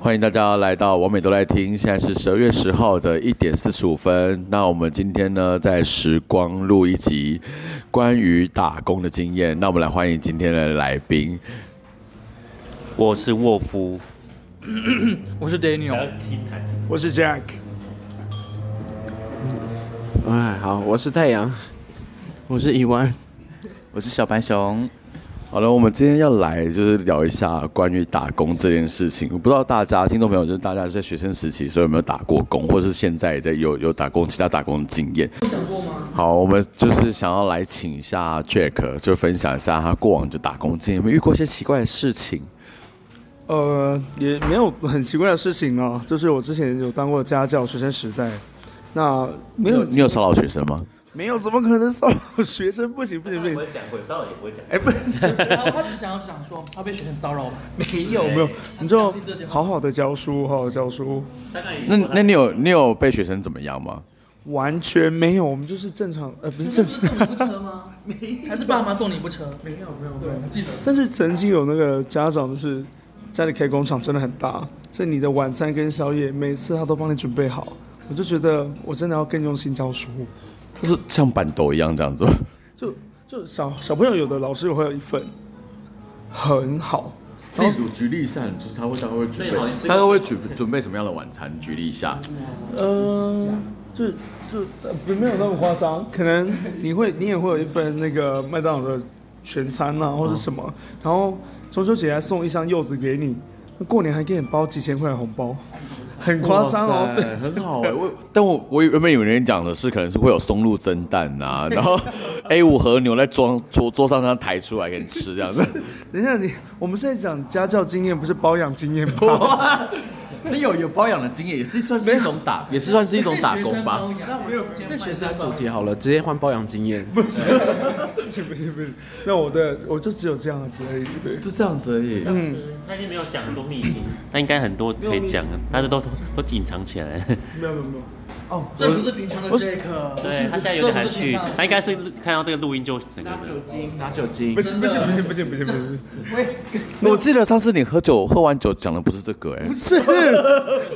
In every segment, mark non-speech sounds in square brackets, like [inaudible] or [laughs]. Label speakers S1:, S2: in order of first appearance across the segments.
S1: 欢迎大家来到完美都来听，现在是十二月十号的一点四十五分。那我们今天呢，在时光录一集关于打工的经验。那我们来欢迎今天的来宾，
S2: 我是沃夫，
S3: 我是 Daniel，
S4: 我是 Jack，
S5: 哎，好，我是太阳，我是一万，
S2: 我是小白熊。
S1: 好了，我们今天要来就是聊一下关于打工这件事情。我不知道大家听众朋友，就是大家在学生时期的时候有没有打过工，或是现在也在有有打工其他打工的经验？好，我们就是想要来请一下 Jack，就分享一下他过往的打工经验，有没有遇过一些奇怪的事情？
S4: 呃，也没有很奇怪的事情哦，就是我之前有当过家教，学生时代，那
S1: 你
S4: 没
S1: 有
S4: 有
S1: 你有骚扰学生吗？
S4: 没有，怎么可能骚扰学生？不行不行不行，
S2: 讲鬼骚扰也不会讲。
S4: 哎，不，
S3: 他他只想要想说他被学生骚扰吧？
S4: 没有没有，你就好好的教书，好好地教书，
S1: 那那你有你有被学生怎么样吗？
S4: 完全没有，我们就是正常，呃，不是正
S3: 不是，送
S4: 常
S3: 你一部车吗？没，还是爸妈送你一部车？没有没有，对，我记得。
S4: 但是曾经有那个家长就是家里开工厂真的很大，所以你的晚餐跟宵夜每次他都帮你准备好，我就觉得我真的要更用心教书。
S1: 他是像板豆一样这样子吗？
S4: 就就小小朋友有的老师会有一份很好，
S1: 例如举例一下，就是他会他会准备，他会准准备什么样的晚餐？举例一下，
S4: 呃，就就呃不没有那么夸张，可能你会你也会有一份那个麦当劳的全餐啊，或者什么，然后中秋节还送一箱柚子给你，那过年还给你包几千块的红包，很夸张哦，对，
S1: 很好哎、我但我我原本有人讲的是，可能是会有松露蒸蛋啊，然 [laughs] 后 A 五和牛在桌桌桌上这样抬出来给你吃这样 [laughs] 子。
S4: 等一下你我们现在讲家教经验，不是包养经验吧？
S1: 你有有包养的经验，也是算是一种打，也是算是一种打工 [laughs] 吧。
S3: 那没有被学生
S5: 主题好了，直接换包养经验。
S4: 不 [laughs] 是不是不是，那我的我就只有这样子而已，对，
S1: 就这样子而已。
S6: 那天没有讲很多秘密，
S2: 那应该很多可以讲，但是都都都隐藏起来。
S4: 没有没有没有，哦，
S3: 这不是平常的 Jack，
S2: 对他现在有点含蓄，他应该是看到这个录音就整个人
S3: 精，
S5: 拿酒精
S4: 不，行不行不行不行不行不行。
S3: 喂，
S1: 我记得上次你喝酒喝完酒讲的不是这个哎、
S4: 是，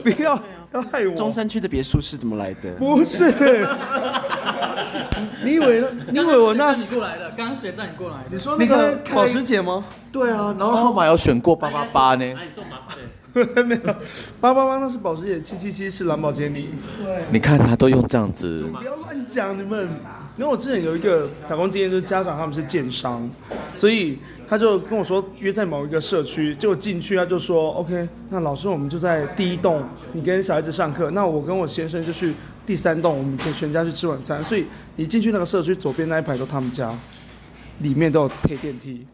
S4: 不要要害我。
S5: 中山区的别墅是怎么来的？
S4: 不是，你以为呢？你以为我那
S3: 刚刚谁载你过来的，刚刚谁载你过来的？
S4: 说
S1: 那个保时
S4: 捷吗？
S1: 对啊，然后号码有选过八八八呢。
S6: 那你做嘛？对，
S4: [laughs] 没有，八八八那是保时捷，七七七是兰博基尼。
S3: 对，
S1: 你看他都用这样子，
S4: 不要乱讲你们。因为我之前有一个打工经验，就是家长他们是建商，所以他就跟我说约在某一个社区，结果进去他就说 OK，那老师我们就在第一栋，你跟小孩子上课，那我跟我先生就去第三栋，我们全全家去吃晚餐。所以你进去那个社区左边那一排都他们家，里面都有配电梯，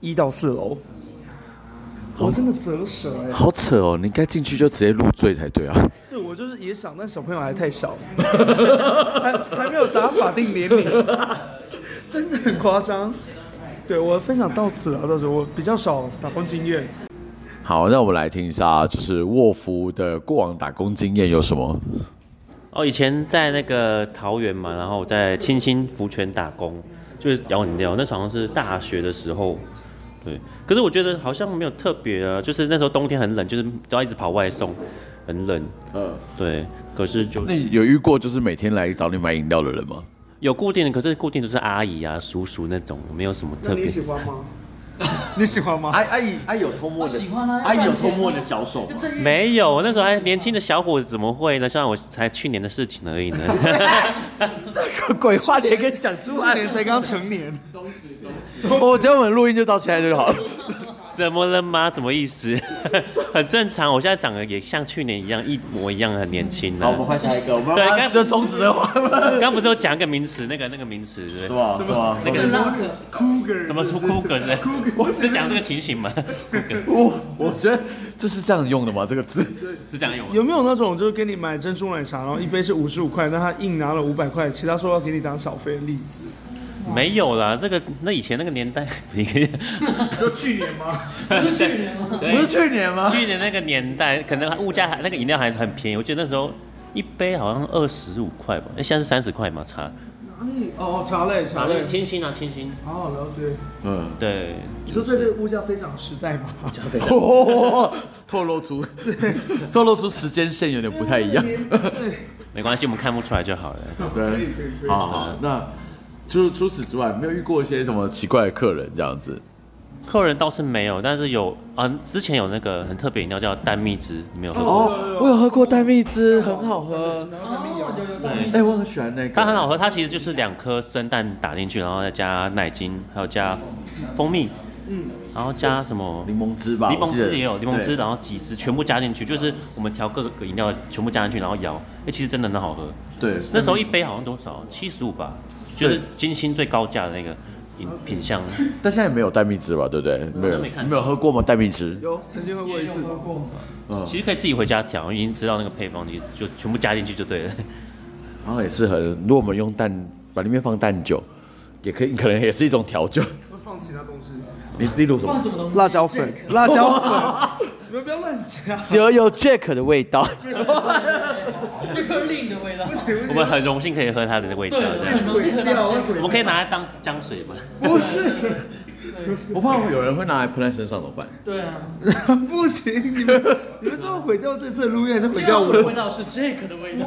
S4: 一到四楼。我真的折舌哎、
S1: 好扯哦！你应该进去就直接入赘才对啊。
S4: 对，我就是也想，但小朋友还太小， [laughs] 还还没有达法定年龄，真的很夸张。对我分享到此了，到时候我比较少打工经验。
S1: 好，那我们来听一下，就是沃夫的过往打工经验有什么？
S2: 哦，以前在那个桃园嘛，然后我在清新福泉打工，就是摇饮料。那时候好像是大学的时候，对。可是我觉得好像没有特别的，就是那时候冬天很冷，就是都要一直跑外送，很冷。
S5: 嗯，
S2: 对。可是就
S1: 那有遇过就是每天来找你买饮料的人吗？
S2: 有固定的，可是固定都是阿姨啊、叔叔那种，没有什么特别。
S4: 欢吗？ [laughs] 你喜欢吗？ [laughs]
S1: 哎
S5: 阿阿姨阿姨有偷摸
S3: 我喜欢他阿姨有偷摸你的
S5: 小手吗？
S3: 这一
S2: 没有，我那时候还年轻的小伙子，怎么会呢？像我才去年的事情而已呢。 [laughs]
S5: 鬼话连个讲出
S4: 去年才刚成年，
S1: 我
S5: 哦
S1: 觉得我们录音就到现在就好了。
S2: 怎么了吗？什么意思？ [laughs] 很正常，我现在长得也像去年一样，一模一样，很年轻呢、
S5: 好，我们换下一个。我们
S2: 对
S5: 刚
S2: 该
S5: 刚终止的话
S2: 刚不是有讲一个名词，那个那个名词对
S5: 是
S2: 不
S5: 吧？是吧？
S2: 对？那个
S3: Rock，
S2: 什么出酷哥是不是？我是讲这个情形吗？
S1: 我我觉得这是这样用的 [laughs] 吗？这个字？
S2: 是这样用吗？
S4: 有没有那种就是跟你买珍珠奶茶，然后一杯是五十五块，但他硬拿了五百块，其他说要给你当小费的例 [laughs] 子？
S2: 没有啦，这个那以前那个年代，你
S4: 说去年吗？
S3: 不是去年吗？
S2: 对
S1: 去年吗？
S2: 去年那个年代，可能物价还那个饮料还很便宜，我记得那时候一杯好像二十五块吧，哎，现在是三十块嘛，差
S4: 哪里？哦，茶类，茶类。
S2: 清新啊，清新。
S4: 哦，了解。
S1: 嗯，
S2: 对，
S4: 你说在这个物价飞涨时代吗？ [laughs]
S1: 哦透露出 [laughs] 透露出时间线有点不太 [laughs] 一样。
S2: 没关系，我们看不出来就好了。
S1: 对，好好，啊那除除此之外，没有遇过一些什么奇怪的客人这样子。
S2: 客人倒是没有，但是有啊，之前有那个很特别饮料叫蛋蜜汁，你没有喝过？
S1: 哦，我有喝过蛋蜜汁，很好喝。
S3: 哦，有有
S1: 哎、
S3: 动
S1: 我很喜欢那个，
S2: 它很好喝，它其实就是两颗生蛋打进去，然后再加奶精，还有加蜂蜜，嗯，然后加什么？
S1: 柠檬汁吧，
S2: 柠檬
S1: 我记得
S2: 汁也有，柠檬
S1: 对
S2: 汁，然后几汁全部加进去，就是我们调各个饮料全部加进去，然后摇，哎、其实真的很好喝。
S1: 对，
S2: 那时候一杯好像多少？七十五吧，就是金星最高价的那个饮品相。
S1: 但现在没有蛋蜜汁吧，对不对？没有，
S2: 没看
S1: 你没有喝过吗？蛋蜜汁，
S4: 有，曾经喝过一次。
S2: 其实可以自己回家调，已经知道那个配方，你就全部加进去就对了。
S1: 然后也适合，如果我们用蛋，把里面放蛋酒，也可以，可能也是一种调 [laughs] 酒。
S4: 会放其他东西。
S1: 例例如什么
S3: 放？什么东西？
S4: 辣椒粉， [laughs] 辣椒 [laughs] 粉，你们不要乱加。
S5: 有有 Jack 的味道，
S3: 这颗令的味道。
S2: 我们很荣幸可以喝它的味道，
S3: 对，
S2: 这
S3: 我
S2: 样
S3: 很容易喝到这
S2: 我
S3: 个。
S2: 们可以拿来当浆水吗？ [laughs]
S4: 不是，
S1: 我怕有人会拿来喷在身上，怎么办？
S3: 对啊，
S4: [laughs] 不行，你们你们是要毁掉这次的录音，还是毁
S3: 这
S4: 掉
S3: 样
S4: 我
S3: 我
S4: 的
S3: 的味道是这个的味道。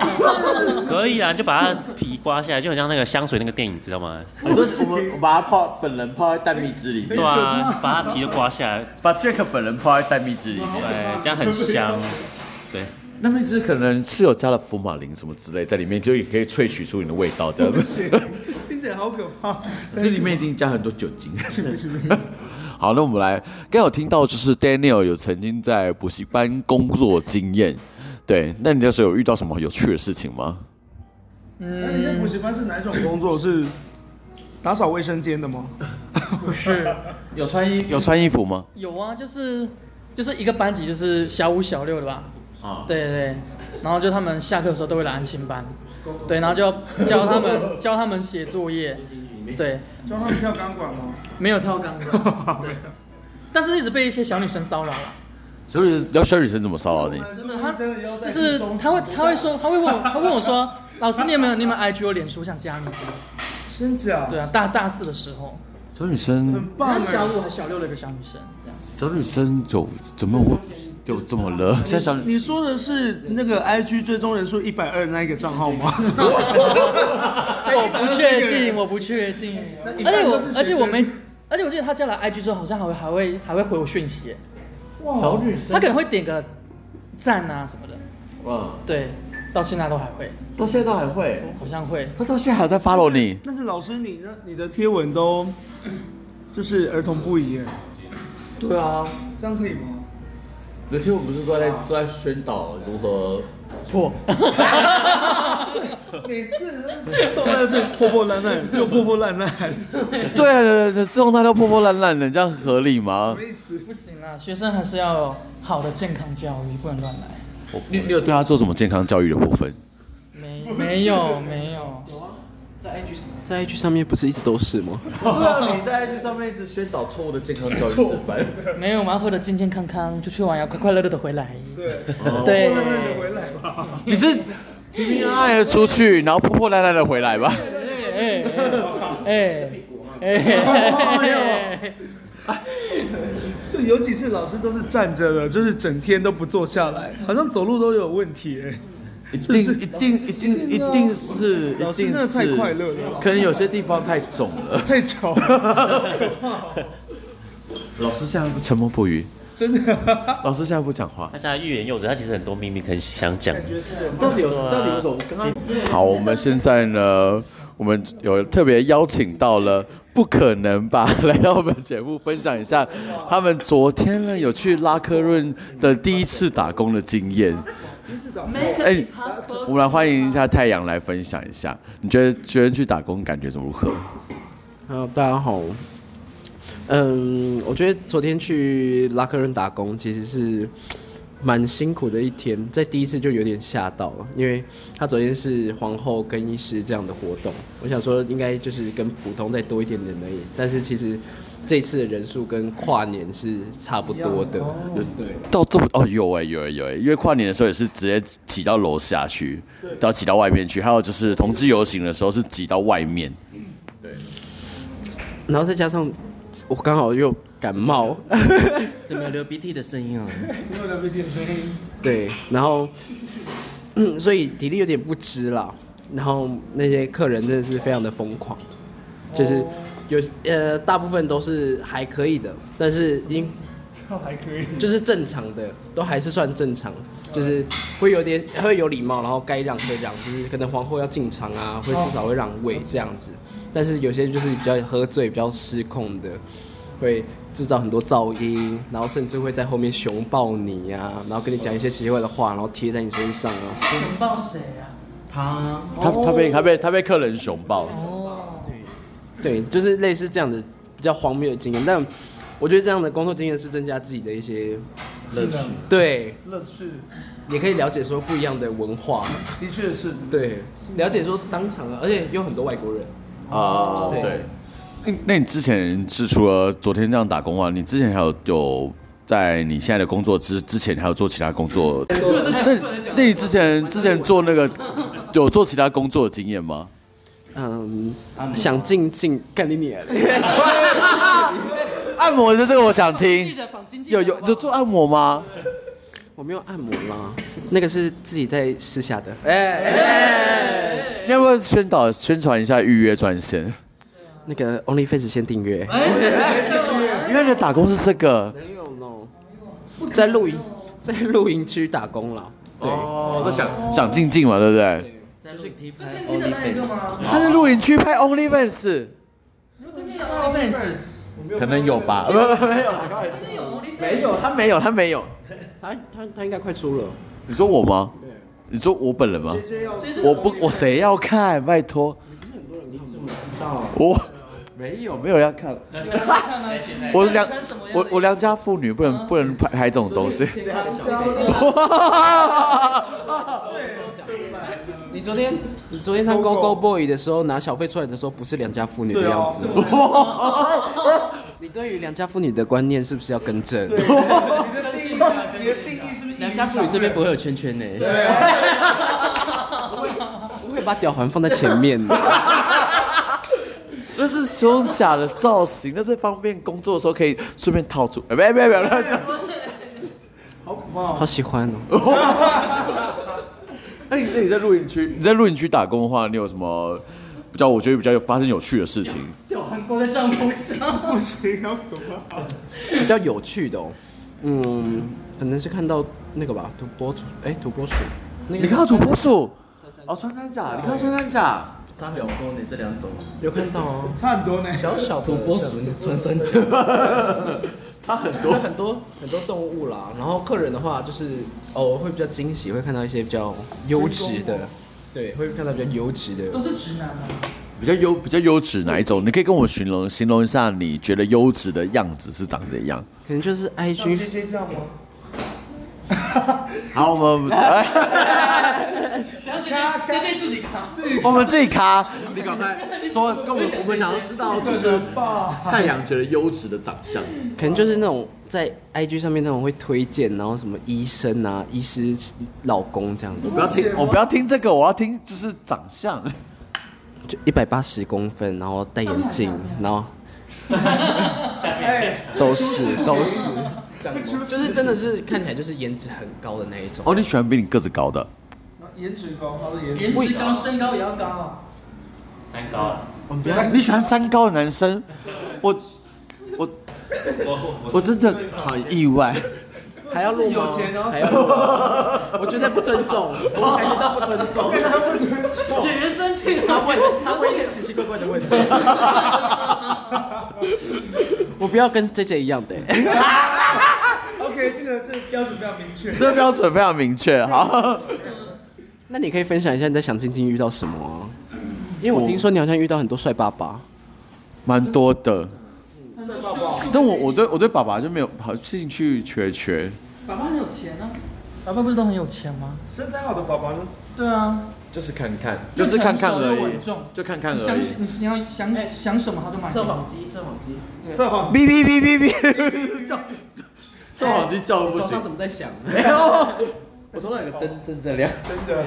S2: 可以啊，就把它皮刮下来，就很像那个香水那个电影，知道吗？
S1: 我说我们我把它泡，本人泡在蛋蜜汁里面，
S2: 对啊，把它皮都刮下来，
S1: [laughs] 把 Jack 本人泡在蛋蜜汁里面。
S2: 对，这样很香。对，
S1: 蛋蜜汁可能是有加了福马林什么之类在里面，就也可以萃取出你的味道这样子。
S4: 听起来好可怕。
S1: 这里面一定加很多酒精。 [laughs] 好，那我们来，刚有听到就是 Daniel 有曾经在补习班工作经验，对，那你那时候有遇到什么有趣的事情吗？
S4: 那你在补习班是哪种工作？是打扫卫生间的吗？
S1: 有穿衣有穿衣服吗？
S3: 有啊，就是就是一个班级就是小五小六的吧。
S1: 啊，
S3: 对对对，然后就他们下课的时候都会来安亲班，对，然后就教他 [laughs] 们教他们写作业，对，
S4: 教他们跳钢管吗？
S3: 没有跳 [laughs] 钢管，对，但是一直被一些小女生骚扰了，
S1: 所以要小女生怎么骚扰你？
S3: 真的，她就是她会她会说她会问 [laughs] 我她问我说，老师你有没有你有没有 IG 或脸书想加你？
S4: 真假？
S3: 对啊，大大四的时候，
S1: 小女生
S4: 很，棒
S3: 她
S4: 哎。
S3: 小五还小六的一个小女生，这样
S1: 小女生有怎么我有这么了？现在小女
S4: 你说的是那个 IG 追踪人数一百二那一个账号 [laughs] 吗？
S3: [laughs] 我不确定，我不确定，而
S4: 一般
S3: 且
S4: 都
S3: 我
S4: 是学生
S3: 而且我没。而且我记得她加了 IG 之后，好像还会还会还会回我讯息，
S1: 小女
S3: 她
S1: 生
S3: 可能会点个赞啊什么的，
S1: 嗯，
S3: 对，到现在都还会，
S1: 到现在都还会，
S3: 好像会。
S1: 她到现在还在 follow 你，
S4: 但是老师，你的你的贴文都就是儿童不宜耶，
S1: 对啊，
S4: 这样可以吗？
S1: 那天我们不是都在都在宣导如何
S3: 错，
S4: 每次动漫是破破烂烂，又破破烂烂，什
S1: [laughs] 对啊，对对对，这种大家破破烂烂的，这样合理吗
S4: 么？意思？
S3: 不行啊，学生还是要有好的健康教育，不能乱来。
S1: 你你有对他做什么健康教育的部分？
S3: 没没有没有，
S5: 在 IG 上面不是一直都是吗？
S1: 对啊，你在 IG 上面一直宣导错误的健康教育示 [laughs] 范。
S3: 没有，我们要喝的健健康康，出去玩要快快乐乐的回来。
S4: 对，哦
S3: 对
S4: 破，烂烂的回来吧。
S1: 你是平平安安的出去，然后破破烂烂的回来吧？
S3: 哎哎
S1: 哦
S4: [laughs]
S3: 哎哎，
S4: 对有几次老师都是站着的，就是整天都不坐下来，好像走路都有问题耶。
S1: 一定一定一定一定是，一
S4: 老师
S1: 定
S4: 真的
S1: 是
S4: 太快乐了
S1: 可能有些地方太肿 [laughs] 了。
S4: 太吵 [laughs] 了，
S1: 老师现在不沉默不语，
S4: 真的。
S1: 老师现在不讲话
S2: 他。现在欲言又止，他其实很多秘密很想讲。
S1: 到底有到底有什么？刚刚好，我们现在呢，我们有特别邀请到了。不可能吧！来到我们节目，分享一下他们昨天呢有去拉科润的第一次打工的经验。哎我们来欢迎一下太阳来分享一下，你觉得觉得去打工感觉怎么如何？
S5: Hello，大家好。嗯，我觉得昨天去拉客人打工其实是蛮辛苦的一天，在第一次就有点吓到了，因为他昨天是皇后更衣室这样的活动，我想说应该就是跟普通再多一点点而已，但是其实
S7: 这一次的人数跟跨年是差不多的，对。
S1: 到这么哦，有哎、有哎、有哎、因为跨年的时候也是直接挤到楼下去，然后挤到外面去，还有就是同志游行的时候是挤到外面，
S7: 然后再加上我刚好又感冒，
S8: [laughs] 怎么有流鼻涕的声音啊？
S7: [laughs] 对，然后，嗯，所以体力有点不支啦。然后那些客人真的是非常的疯狂，就是
S4: 哦
S7: 有呃大部分都是还可以的，但是因
S4: 还可以。
S7: 就是正常的，都还是算正常，就是会有点会有礼貌，然后该让就让，就是可能皇后要进场啊，会至少会让位
S4: 哦
S7: 这样子。但是有些就是比较喝醉、比较失控的，会制造很多噪音，然后甚至会在后面熊抱你啊，然后跟你讲一些奇怪的话，然后贴在你身上啊。
S9: 拥抱谁啊？
S8: 他
S1: 他他被他被他被客人熊抱，
S7: 对，就是类似这样的比较荒谬的经验。但我觉得这样的工作经验是增加自己的一些
S4: 是的，
S7: 对，
S4: 乐趣
S7: 也可以了解说不一样的文化。
S4: 的确是。
S7: 对，了解说当场的，而且有很多外国人。
S1: 啊，
S7: 对
S1: 对。那那你之前是除了昨天这样打工啊，你之前还有有在你现在的工作之之前还有做其他工 [laughs] 作？那那你之前之前做那个有做其他工作的经验吗？
S7: 嗯，想静静干你脸。
S1: [laughs] 按摩的这个我想听，
S3: 的访经纪
S1: 有有有做按摩吗？
S7: [laughs] 我没有按摩啦，那个是自己在私下的。哎、
S1: 你要不要宣导宣传一下预约专线？
S7: 那个 OnlyFans 先订阅。
S1: 因为你的打工是这个
S7: 没有 no，在露营，在露营区打工了。对，
S1: 哦，都想想静静嘛，对不对？
S8: 在录 T
S3: 就
S8: 拍
S3: 天天的那一个
S8: OnlyFans，
S3: 吗？
S1: 他在露营区拍 OnlyFans，
S3: 天天有 OnlyFans，
S1: 可能有吧？不不没有啦，开玩笑
S3: 天天有 OnlyFans，
S1: 没有，他没有，他没有。
S7: 他他他应该快出了。
S1: 你说我吗？你说我本人吗？我不，我谁要看？拜托。我啊没有，没有人要看。 [laughs] 我良，我我良家妇女不能不能拍拍这种东西。
S7: 你昨天你昨天他 Go Go Boy 的时候拿小费出来的时候，不是良家妇女的样子。你对于良家妇女的观念是不是要更
S4: 你
S7: 正？
S4: 的定义，你的定义是不是？
S8: 梁家淑，你这边不会有圈圈呢？
S7: 不啊会把屌环放在前面的。
S1: [laughs] 那是胸甲的造型，那是方便工作的时候可以顺便套住。哎，别别别乱讲。
S7: 好喜欢哦。
S1: 那你那你在露营区，你在露营区打工的话，你有什么比较？我觉得比较有发生有趣的事情。
S3: 有韩国的帐篷上，
S4: 不行，好可怕。
S7: 比较有趣的、哦，嗯，可能是看到那个吧，土拨鼠，哎、土拨鼠，那个
S1: 你看到土拨鼠？哦，穿山甲，你看到穿山甲？
S8: 沙表公的这两种，
S7: 有看到哦，
S4: 差很多呢。
S7: 小小土
S8: 土拨鼠、穿山甲，
S1: 差很
S7: 多很多很多动物啦。然后客人的话，就是偶尔会比较惊喜，会看到一些比较优质的，对，会看到比较优质的。
S9: 都是直男吗？
S1: 比较优比较优质哪一种？你可以跟我形容形容一下，你觉得优质的样子是长怎样？
S7: 可能就是 I
S4: 像
S7: G，
S4: J J 这样吗？
S1: 好，我们哎
S3: 然后姐姐姐姐自己扛，
S1: 我们自己卡，你赶快说，跟我们我们想要知道就是太阳觉得优质的长相。
S7: 可能就是那种在 I G 上面那种会推荐，然后什么医生啊、医师老公这样子
S1: 我，不要听，我不要听这个，我要听就是长相。
S7: 就一百八十公分，然后戴眼镜，然后
S4: 哎，
S7: 都是 [laughs] 都是。
S4: 会出事
S7: 就是真的是看起来就是颜值很高的那一种。
S1: 哦，你喜欢比你个子高的？
S4: 颜值高， [laughs] 他的颜值
S9: 颜值高，身高也要
S3: 啊
S9: 高。
S2: 三高啊了。
S7: 我们不
S1: 你喜欢三高的男生？我我我真的好意外。
S7: 还要录吗？
S4: 有钱然后
S7: 还要录吗？我觉得不尊 [laughs] 重，我感觉到不尊重。
S3: 演员生气
S7: 他
S3: 了，
S7: 问 [laughs] 他问一些奇奇怪怪的问 [laughs] 题。我不要跟 J J 一样的、欸
S4: OK，这个这个标准非常明确。
S1: 这个标准非常明确，好。
S7: [laughs] 那你可以分享一下你在想静静遇到什么、啊？因为我听说你好像遇到很多帅爸爸，
S1: 蛮多的。但我我对我对爸爸就没有好兴趣缺缺，
S9: 爸爸很有钱啊，
S3: 老爸不是都很有钱吗？
S4: 身材好的宝宝呢？
S3: 对啊，
S1: 就是看看，
S3: 又
S1: 就是看看
S3: 成熟
S1: 而
S3: 又
S1: 已
S3: 稳重，
S1: 就看看
S3: 你
S1: 而
S3: 想
S1: 已。哎
S3: 你想要想想什么他就买什
S7: 测
S3: 么。
S7: 谎机，测谎机，
S4: 测谎
S1: 哔哔哔哔哔，叫叫耳机叫的
S7: 我
S1: 不
S7: 头
S1: 行
S7: 上。怎么在响？我头上有个灯正在亮。
S4: 真的，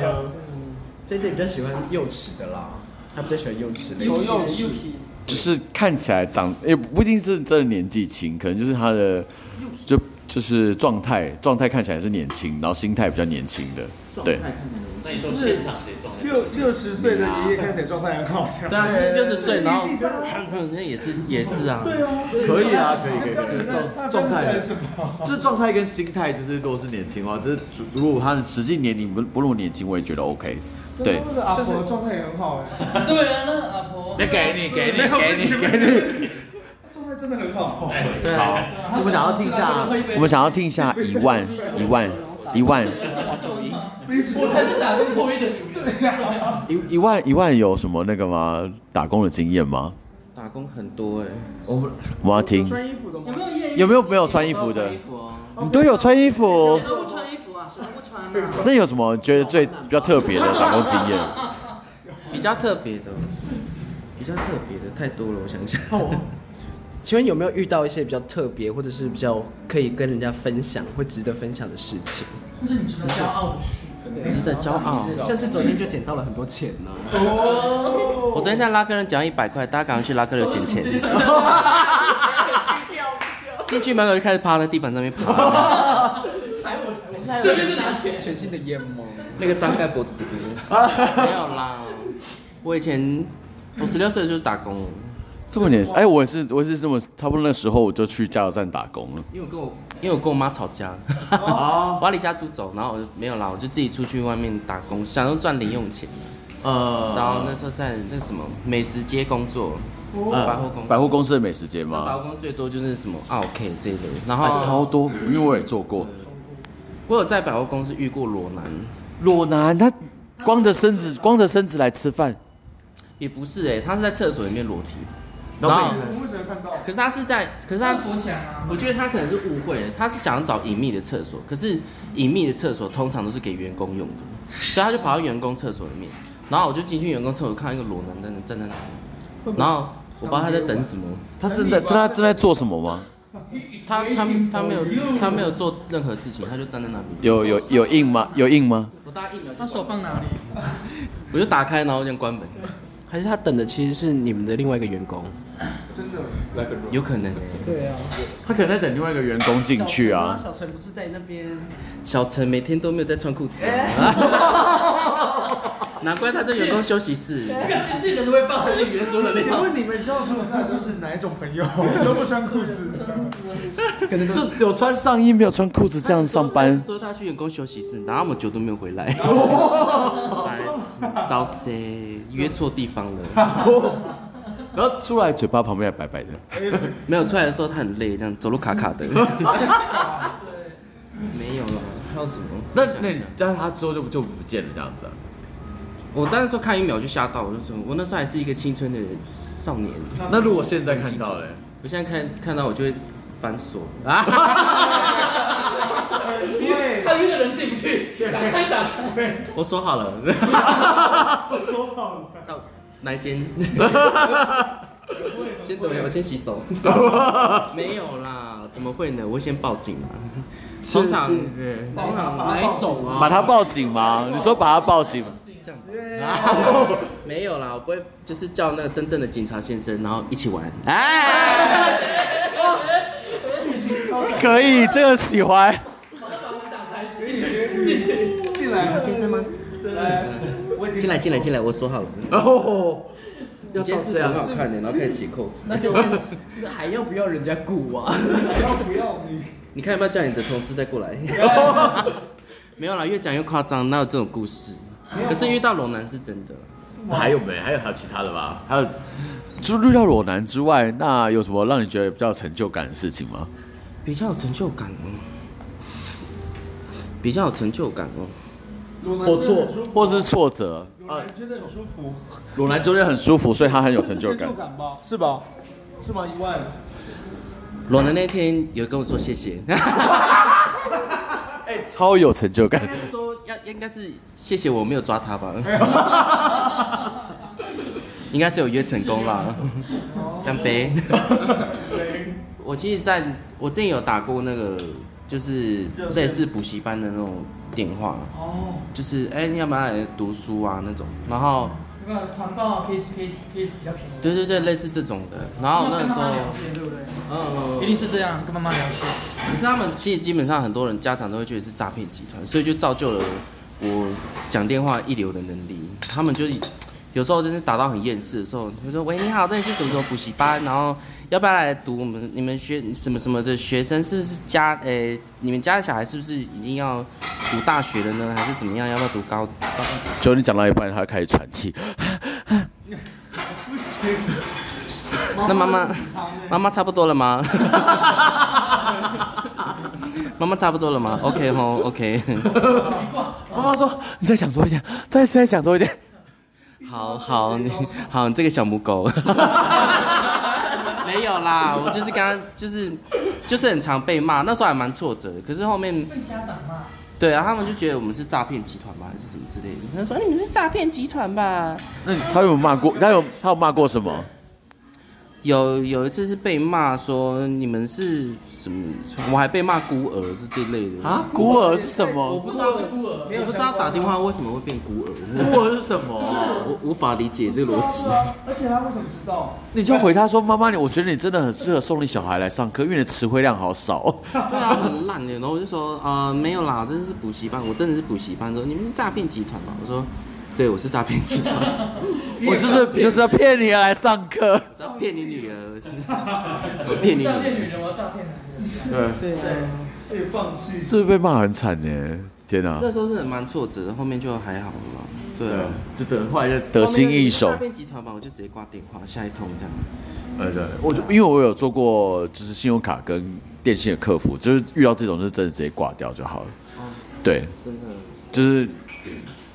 S5: J J 比较喜欢幼齿的啦，他比较喜欢幼齿类型。
S4: 有用是
S1: 就是看起来长也不一定是真的年纪轻，可能就是他的就就是状态状态看起来是年轻，然后心态比较年轻的，对，
S2: 那你说现场谁装的？
S4: 六六十岁的爷爷看起来状态很好，
S7: 对啊，六十岁，然后那也是也是啊，
S4: 对啊，
S1: 可以啊，可以可以
S4: 那
S1: 可以，
S4: 他
S1: 状
S4: 状
S1: 状态
S4: 态什么？
S1: 就是状态跟心态，就是如果是年轻的话，就是如如果他的实际年龄不不那么年轻，我也觉得 OK，对，
S4: 那个阿婆状态也很好哎，
S3: 对啊，那个阿婆，
S2: 那给你，给你，给你，给
S4: 状态真的很好。
S2: 你。
S1: 对啊，我们想要听一下，我们想要听一下一万一万一万
S10: 我才是打工脱衣的女人。对呀，
S1: 一一万一万有什么那个吗？打工的经验吗？
S7: 打工很多哎，
S1: 我们要听
S4: 穿衣服的
S10: 有
S4: 吗？
S10: 没有艳遇？
S1: 有没有没有穿衣服哦的
S7: 穿衣？服啊，
S1: 你都有穿衣服
S10: 谁，都不穿衣服啊，谁都不穿啊。
S1: 那有什么觉得最比较特别的打工经验？
S7: 比较特别的，比较特别的太多了，我想想。
S5: 请问有没有遇到一些比较特别，或者是比较可以跟人家分享，会值得分享的事情？
S10: 或者你值得骄傲的事。
S7: 值得骄傲。
S5: 像是昨天就捡到了很多钱呢、
S7: 哦我昨天在拉客人捡一百块，大家赶快去拉客人捡钱。
S5: 哦
S7: 进去门口就开始趴在地板上面爬，
S5: [laughs]
S10: 踩我踩我，顺便就拿钱。
S5: 全新的烟吗？
S7: 那个张盖脖子这边。没有啦，我以前我十六岁就是打工，
S1: 这么年，哎，我也是，我也是这么差不多那时候我就去加油站打工了。
S7: 因为我跟我因为我跟我妈吵架，
S1: 哦
S7: [laughs] 我要离家出走，然后我就没有啦，我就自己出去外面打工，想要赚零用钱。
S1: 呃
S7: 然后那时候在那什么美食街工作，百货公司
S1: 哦百货公司的美食街
S7: 百货
S1: 吗？
S7: 公司最多就是什么奥 K 这一类，然
S1: 哎
S7: 后
S1: 超多，因为我也做过。
S7: 我有在百货公司遇过裸男，
S1: 裸男他光着身子，光着身子来吃饭，
S7: 也不是哎、他是在厕所里面裸体，
S1: 然
S7: 然
S1: 后
S7: 后
S1: 被
S4: 为什么看到？
S7: 可是他是在，可是他
S3: 扶起来啊！
S7: 我觉得他可能是误会了，他是想要找隐秘的厕所，可是隐秘的厕所通常都是给员工用的，所以他就跑到员工厕所里面，然后我就进去员工厕所，看到一个裸男在那站在那里，然后我不知道他在等什么，
S1: 他正在正他正在做什么吗？
S7: 他他他没有他没有做任何事情，他就站在那里，
S1: 有有有印吗？有印吗？
S7: 我大概一秒
S3: 他手放哪里？
S7: 我就打开，然后这样关门，
S5: 还是他等的其实是你们的另外一个员工？
S7: 有可能哎、
S5: 对啊，
S1: 他可能在等另外一个员工进去啊。
S5: 小陈不是在那边？
S7: 小陈每天都没有在穿裤子、啊难怪他在员工休息室。
S10: 这个经纪人都会爆料，原说的
S4: 请问你们交的朋友大概都是哪一种朋友？都不穿裤子，
S1: 就有穿上衣没有穿裤子这样上班，
S7: 说他去员工休息室，然后我们久都没有回来。找谁？约错地方了。
S1: [laughs] 然后出来嘴巴旁边还白白的。
S7: 没有出来的时候他很累，这样走路卡卡的。没有了，还有什么？
S1: 那
S7: 我想
S1: 那
S7: 一下
S1: 但是他之后就就不见了这样子啊。
S7: 我当时说看一秒就吓到，我就说，我那时候还是一个青春的少年。
S1: 那如果现在看到嘞，
S7: 我现在看看到我就会反锁。
S1: 啊
S4: 因为
S10: 他约的人进不去，打开打开。
S7: 我锁
S1: [laughs]
S7: 好了，
S4: 我说好了。
S7: 到哪一间？先等我，我先洗
S5: [laughs]
S7: 手。没有啦，怎么会呢？我先报警啦。通常通常哪一种啊？
S1: 把他报警吗？你说把他报警吗？
S5: 哦
S7: [laughs] 没有啦，我不会，就是叫那个真正的警察先生，然后一起玩。
S5: [laughs]
S7: 哎，
S1: 可以，这个喜欢。
S10: 进去进去，
S4: 进来，
S7: 警察先生吗？
S4: 我已经
S7: 进来，进来，进来，我锁好了。
S1: 哦，
S7: 你今天制服很好看的，然后开始解扣子。
S5: 那就问那还要不要人家雇啊？
S4: 来，要不要你？
S7: 你看要不要叫你的同事再过
S5: [laughs]
S7: 来？没有啦，越讲越夸张，哪有这种故事？可是遇到龙男是真的啦。
S1: 还有没？还有还有其他的吧？还有，除了遇到裸男之外，那有什么让你觉得比较有成就感的事情吗？
S7: 比较有成就感哦，比较有成就感哦。
S1: 或挫，或是挫折。
S4: 啊，觉得很舒服， [laughs]
S1: 裸男昨天很舒服，所以他很有成就感。
S4: 吧？是吧？是吗？一万，
S7: 裸男那天有跟我说谢谢，
S1: 哎，超有成就
S7: 应 [laughs]
S1: 感。
S7: 该是说要应该是谢谢我没有抓他吧，应该是有约成功啦，干杯。我其实在我之前有打过那个就是类似补习班的那种电话，
S3: 哦，
S7: 就是哎、你要不要来读书啊那种，然后
S3: 那个团报可以可以可以比较便宜。
S7: 对对对类似这种的，然后哦那
S3: 跟
S7: 个时
S3: 妈妈
S7: 候
S3: 聊天，对不对？
S7: 嗯
S3: 一定是这样，跟妈妈聊天。
S7: 可是他们其实基本上很多人家长都会觉得是诈骗集团，所以就造就了我讲电话一流的能力。他们就有时候真是打到很厌世的时候，就说：“喂，你好，这里是什么什么补习班？然后要不要来读我们你们学什么什么的学生是不是家呃、你们家的小孩是不是已经要读大学了呢？还是怎么样？要不要读高
S1: 就你讲到一半，他开始喘气，
S7: 那
S3: [laughs]
S7: 妈妈，妈妈差不多了吗？妈妈差不多了吗？OK 吼，OK，
S1: 妈妈说：“你再讲多一点，再再讲多一点。
S7: 好好，你好，你这个小母狗。 [laughs] 没有啦，我就是刚刚就是就是很常被骂，那时候还蛮挫折的。可是后面
S3: 被家长骂，
S7: 对啊，他们就觉得我们是诈骗集团吧，还是什么之类的。他说、哎你们是诈骗集团吧？”
S1: 那他有没有骂过？他有他有骂过什么？
S7: 有有一次是被骂说你们是什么，我还被骂孤儿是这类的
S1: 啊，孤儿是什
S7: 我
S1: 么？
S7: 不知道孤儿，我不知道打电话为什么会变孤儿，
S1: 孤儿是什么？
S7: [laughs] 我无法理解这个逻辑。
S4: 啊而且他为什么知道？
S1: 你就回他说：“妈妈，你我觉得你真的很适合送你小孩来上课，因为你的词汇量好 [laughs] 少。
S7: 对啊，很烂的。然后我就说，呃，没有啦，真的是补习班，我真的是补习班。说你们是诈骗集团吧？我说，对，我是诈骗集团， [laughs]
S1: 我就是就是要骗你来上课。
S7: 我要骗你女儿，我是我骗你女
S3: 诈骗女
S7: 儿。
S3: 人，我要诈骗男人。
S1: 对，
S3: 对对，
S4: 可以哎放弃。
S1: 这被骂很惨呢，天哪！
S7: 那时候是很蛮挫折的，后面就还好了嘛。对啊，
S1: 就等坏人得心应手
S7: 后面就是诈。骗集团吧，我就直接挂电话，下一通这样。
S1: 呃，对，我就因为我有做过就是信用卡跟电信的客服，就是遇到这种就是真的直接挂掉就好了。对，
S7: 真的，
S1: 就是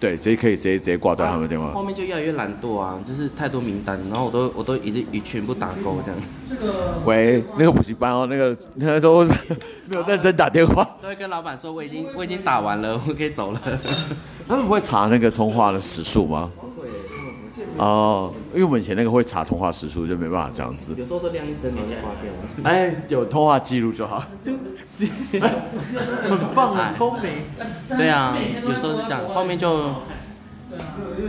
S1: 对，直接可以直接直接挂断他们的电话。
S7: 后面就越来越懒惰啊，就是太多名单，然后我都我都已经与全部打勾这样。
S3: 这个
S1: 喂，那个补习班哦，那个那个都没有认真打电话，
S7: 都会跟老板说我已经我已经打完了，我可以走了。
S1: 他们不会查那个通话的时数吗？哦，因为我们以前那个会查通话时数，就没办法这样子。
S7: [laughs] 有时候都亮一声，然后就挂掉了。
S1: 哎，有通话记录就好。很棒，很聪明。
S7: 对啊，有时候是这样，后面就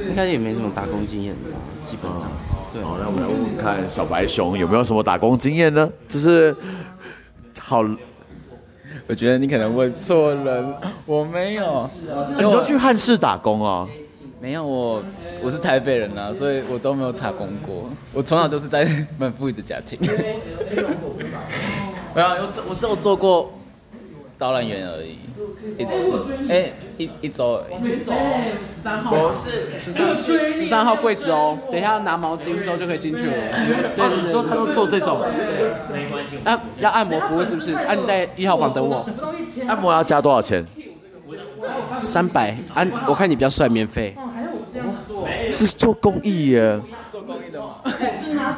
S7: 应该也没什么打工经验吧，基本上。对，
S1: 好，那我们来问问看小白熊有没有什么打工经验呢？就是好，你
S11: 我觉得你可能问错人，我没有，
S1: 都去汉室打工哦。
S11: 没有我，我是台北人啊，所以我都没有打工过。我从小就是在满富裕的家庭。没有，我只我只有做过导览员而已，一次，哎、一一周而已。
S3: 啊
S5: 不是，十三号柜子哦，等一下拿毛巾之后就可以进去了。对对对，说他都做这种，
S6: 没关系，
S5: 啊，要按摩服务是不是？啊，你在一号房等我，
S3: 不到一千，
S1: 按摩要加多少钱？
S5: 三百，啊，我看你比较帅，免费。
S3: 还哎有我这样子做，
S1: 是做公益耶。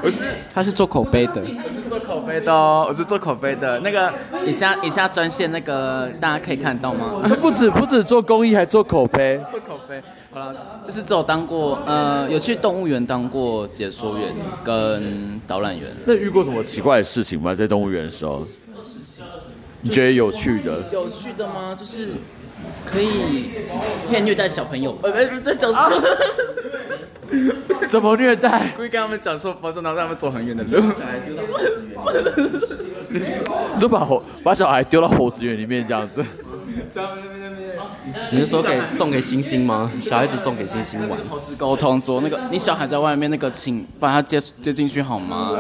S11: 不是，
S5: 他是做口碑的，
S11: 做口碑的哦，我是做口碑的。那个以下以下专线那个大家可以看到吗？ [laughs]
S1: 不止不止做公益，还做口碑。
S11: 做口碑。好了，就是只有当过呃，有去动物园当过解说员跟导览员。
S1: 那遇过什么奇怪的事情吗？在动物园的时候，你觉得有趣的？
S11: 有趣的吗？就是可以骗虐待小朋友，呃，不不对，讲错，
S1: 怎么虐待？
S11: 故意跟他们讲错包装，然后让他们走很远的路。
S1: 你就把猴把小孩丢到猴子园里面这样子，
S7: 你是说给送给星星吗？小孩子送给星星玩。
S11: 猴子沟通说，那个你小孩在外面，那个请把他接接进去好 [laughs] 吗？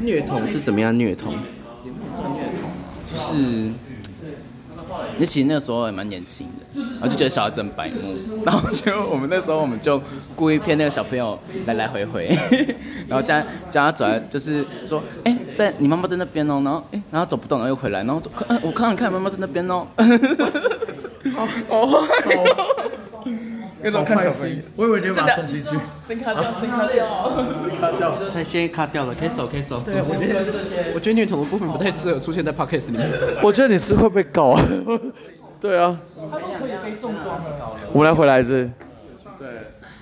S7: 虐童是怎么样虐童？
S11: 就是，你其实那个时候还蛮年轻的，然后就觉得小孩子很白目， [laughs] 然后就我们那时候我们就故意骗那个小朋友来来回 [laughs] 回，然后叫他叫他走来，就是说，哎、在你妈妈在那边哦，然后哎、然后走不动，然后又回来，然后说，哎 [laughs] 我看你看你妈妈在那边哦，哦，那种看小朋友，
S10: 我以为你要把它
S11: 真的
S10: 送进去。
S11: 先卡掉，先卡掉。
S7: 他先卡掉了，可以手可以手。
S5: 对，我觉得我觉得女童的部分不太适合出现在 podcast 里面。
S1: 我觉得你是会被告 [laughs] 啊。对啊，我们来回来一次。